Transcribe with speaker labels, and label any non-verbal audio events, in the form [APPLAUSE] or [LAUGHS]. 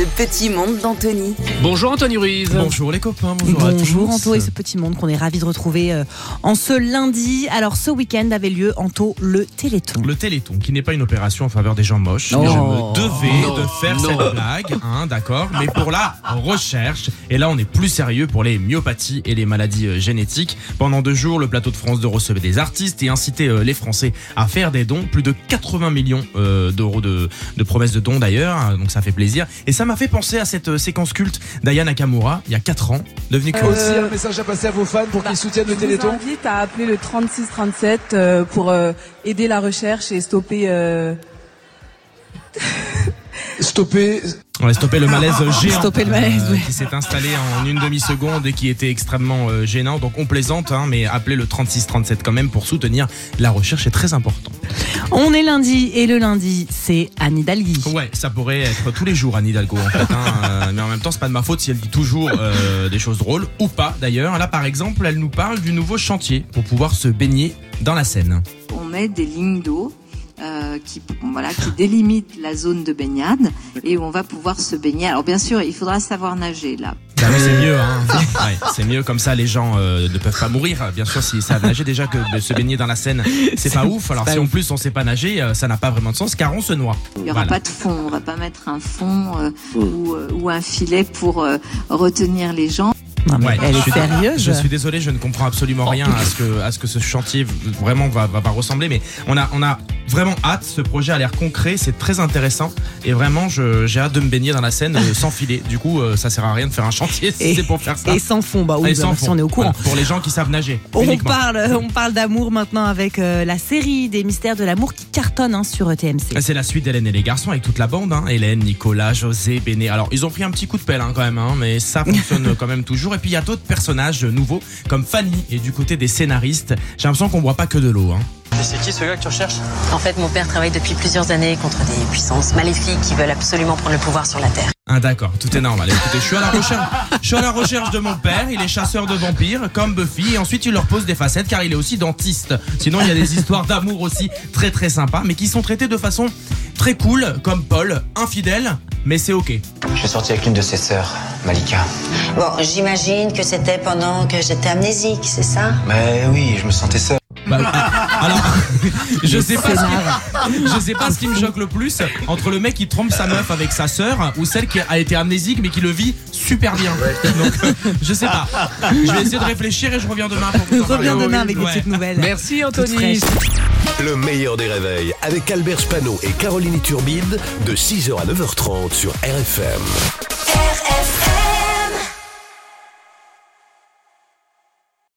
Speaker 1: Le petit monde d'Anthony.
Speaker 2: Bonjour Anthony Ruiz.
Speaker 3: Bonjour les copains, bonjour, à
Speaker 4: Bonjour
Speaker 3: tous.
Speaker 4: Anto et ce petit monde qu'on est ravi de retrouver euh, en ce lundi. Alors ce week-end avait lieu Anto le Téléthon.
Speaker 3: Le Téléthon, qui n'est pas une opération en faveur des gens moches.
Speaker 4: Non.
Speaker 3: Je me devais
Speaker 2: Non,
Speaker 3: de faire
Speaker 2: non.
Speaker 3: cette blague, hein, d'accord Mais pour la recherche, et là on est plus sérieux pour les myopathies et les maladies euh, génétiques. Pendant deux jours, le plateau de France de recevait des artistes et incitait euh, les Français à faire des dons. Plus de 80 millions euh, d'euros de, de promesses de dons d'ailleurs, hein, donc ça fait plaisir. Et ça m'a fait penser à cette euh, séquence culte d'Aya Nakamura, il y a 4 ans, devenue culte.
Speaker 5: aussi un message à passer à vos fans pour qu'ils soutiennent le
Speaker 6: Euh, bah, Je vous
Speaker 5: Téléthon.
Speaker 6: invite à appeler le 3637 euh, pour euh, aider la recherche et stopper. euh,
Speaker 5: Stopper.
Speaker 3: On a stoppé le
Speaker 4: [LAUGHS]
Speaker 3: malaise géant euh,
Speaker 4: Stopper le malaise, oui.
Speaker 3: qui s'est installé en une demi-seconde et qui était extrêmement euh, gênant. Donc on plaisante, hein, mais appelez le 36-37 quand même pour soutenir la recherche est très important.
Speaker 4: On est lundi et le lundi c'est Annie Dalgui.
Speaker 3: Ouais, ça pourrait être tous les jours Anne Hidalgo en fait. hein, [LAUGHS] euh, mais en même temps, c'est pas de ma faute si elle dit toujours euh, des choses drôles ou pas d'ailleurs. Là par exemple, elle nous parle du nouveau chantier pour pouvoir se baigner dans la Seine.
Speaker 7: on met des lignes d'eau euh, qui, voilà, qui délimitent la zone de baignade et où on va pouvoir se baigner. Alors bien sûr, il faudra savoir nager là.
Speaker 3: Bah oui,
Speaker 4: Euh.
Speaker 3: c'est mieux, hein. [LAUGHS] Ouais, c'est mieux comme ça. Les gens euh, ne peuvent pas mourir. Bien sûr, si ça savent nager déjà que de se baigner dans la Seine, c'est pas ouf. Alors
Speaker 4: pas
Speaker 3: si en plus on sait pas nager, euh, ça n'a pas vraiment de sens car on se noie.
Speaker 7: Il n'y aura
Speaker 3: Voilà.
Speaker 7: pas de fond, on va pas mettre un fond euh, ou, euh, ou un filet pour euh, retenir les gens.
Speaker 4: Non, mais
Speaker 3: Ouais,
Speaker 4: elle
Speaker 3: je
Speaker 4: est
Speaker 3: suis-
Speaker 4: sérieuse.
Speaker 3: Je suis désolé, je ne comprends absolument rien à ce que à ce que ce chantier vraiment va va, va ressembler. Mais on a on a vraiment hâte. Ce projet a l'air concret, c'est très intéressant et vraiment je- j'ai hâte de me baigner dans la Seine euh, sans filet. Du coup, euh, ça sert à rien de faire un chantier [LAUGHS] si
Speaker 4: Et-
Speaker 3: c'est pour faire ça.
Speaker 4: Et sans fond, bah oui,
Speaker 3: Allez,
Speaker 4: bah,
Speaker 3: sans
Speaker 4: si
Speaker 3: fond.
Speaker 4: on est au courant.
Speaker 3: Voilà, pour les gens qui savent nager.
Speaker 4: On
Speaker 3: uniquement.
Speaker 4: parle, on parle d'amour maintenant avec euh, la série des mystères de l'amour qui cartonne hein, sur TMC.
Speaker 3: C'est la suite d'Hélène et les garçons avec toute la bande, hein. Hélène, Nicolas, José, Béné. Alors ils ont pris un petit coup de pelle hein, quand même, hein, mais ça fonctionne quand même toujours. Et puis il y a d'autres personnages euh, nouveaux comme Fanny et du côté des scénaristes, j'ai l'impression qu'on boit pas que de l'eau. Hein.
Speaker 8: Mais c'est qui ce gars que tu recherches
Speaker 9: En fait, mon père travaille depuis plusieurs années contre des puissances maléfiques qui veulent absolument prendre le pouvoir sur la Terre.
Speaker 3: Ah d'accord, tout est normal. Écoutez, je suis à la recherche, je suis à la recherche de mon père. Il est chasseur de vampires, comme Buffy, et ensuite il leur pose des facettes car il est aussi dentiste. Sinon, il y a des histoires d'amour aussi très très sympas, mais qui sont traitées de façon très cool, comme Paul, infidèle, mais c'est ok.
Speaker 8: Je suis sorti avec l'une de ses sœurs, Malika.
Speaker 9: Bon, j'imagine que c'était pendant que j'étais amnésique, c'est ça
Speaker 8: Mais Ben oui, je me sentais seul.
Speaker 3: Bah, euh,
Speaker 4: [LAUGHS]
Speaker 3: alors, je sais pas, ce qui, je sais pas ce qui me choque le plus entre le mec qui trompe sa meuf avec sa sœur ou celle qui a été amnésique mais qui le vit super bien. Donc, euh, je sais pas. Je vais essayer de réfléchir et je reviens demain. Pour vous en
Speaker 4: [LAUGHS] Reviens
Speaker 3: parler.
Speaker 4: demain avec des
Speaker 3: Ouais.
Speaker 4: petites nouvelles.
Speaker 2: Merci
Speaker 4: Toutes fraîches.
Speaker 2: Anthony.
Speaker 10: Le meilleur des réveils avec Albert Spano et Caroline Turbide de 6h à 9h30 sur RFM.
Speaker 1: RFM